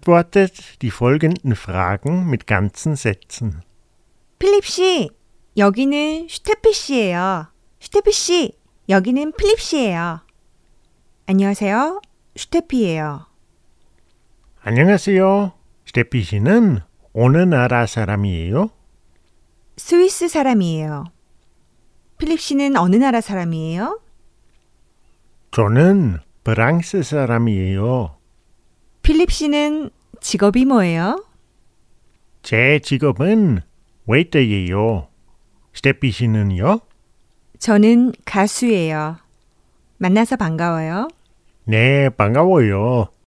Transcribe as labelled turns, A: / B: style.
A: Beantwortet die folgenden Fragen mit ganzen Sätzen.
B: 필립 씨, 여기는 슈테피 씨예요. 슈테피 씨, 여기는 필립 씨예요. 안녕하세요. 슈테피예요.
A: 안녕하세요. 스테피 씨는 어느 나라 사람이에요?
B: 스위스 사람이에요. 필립 씨는 어느 나라 사람이에요?
A: 저는 프랑스 사람이에요.
B: 필립 씨는 직업이 뭐예요?
A: 제 직업은 웨이터예요. 스테피 씨는요?
B: 저는 가수예요. 만나서 반가워요.
A: Ne 네, 반가워요.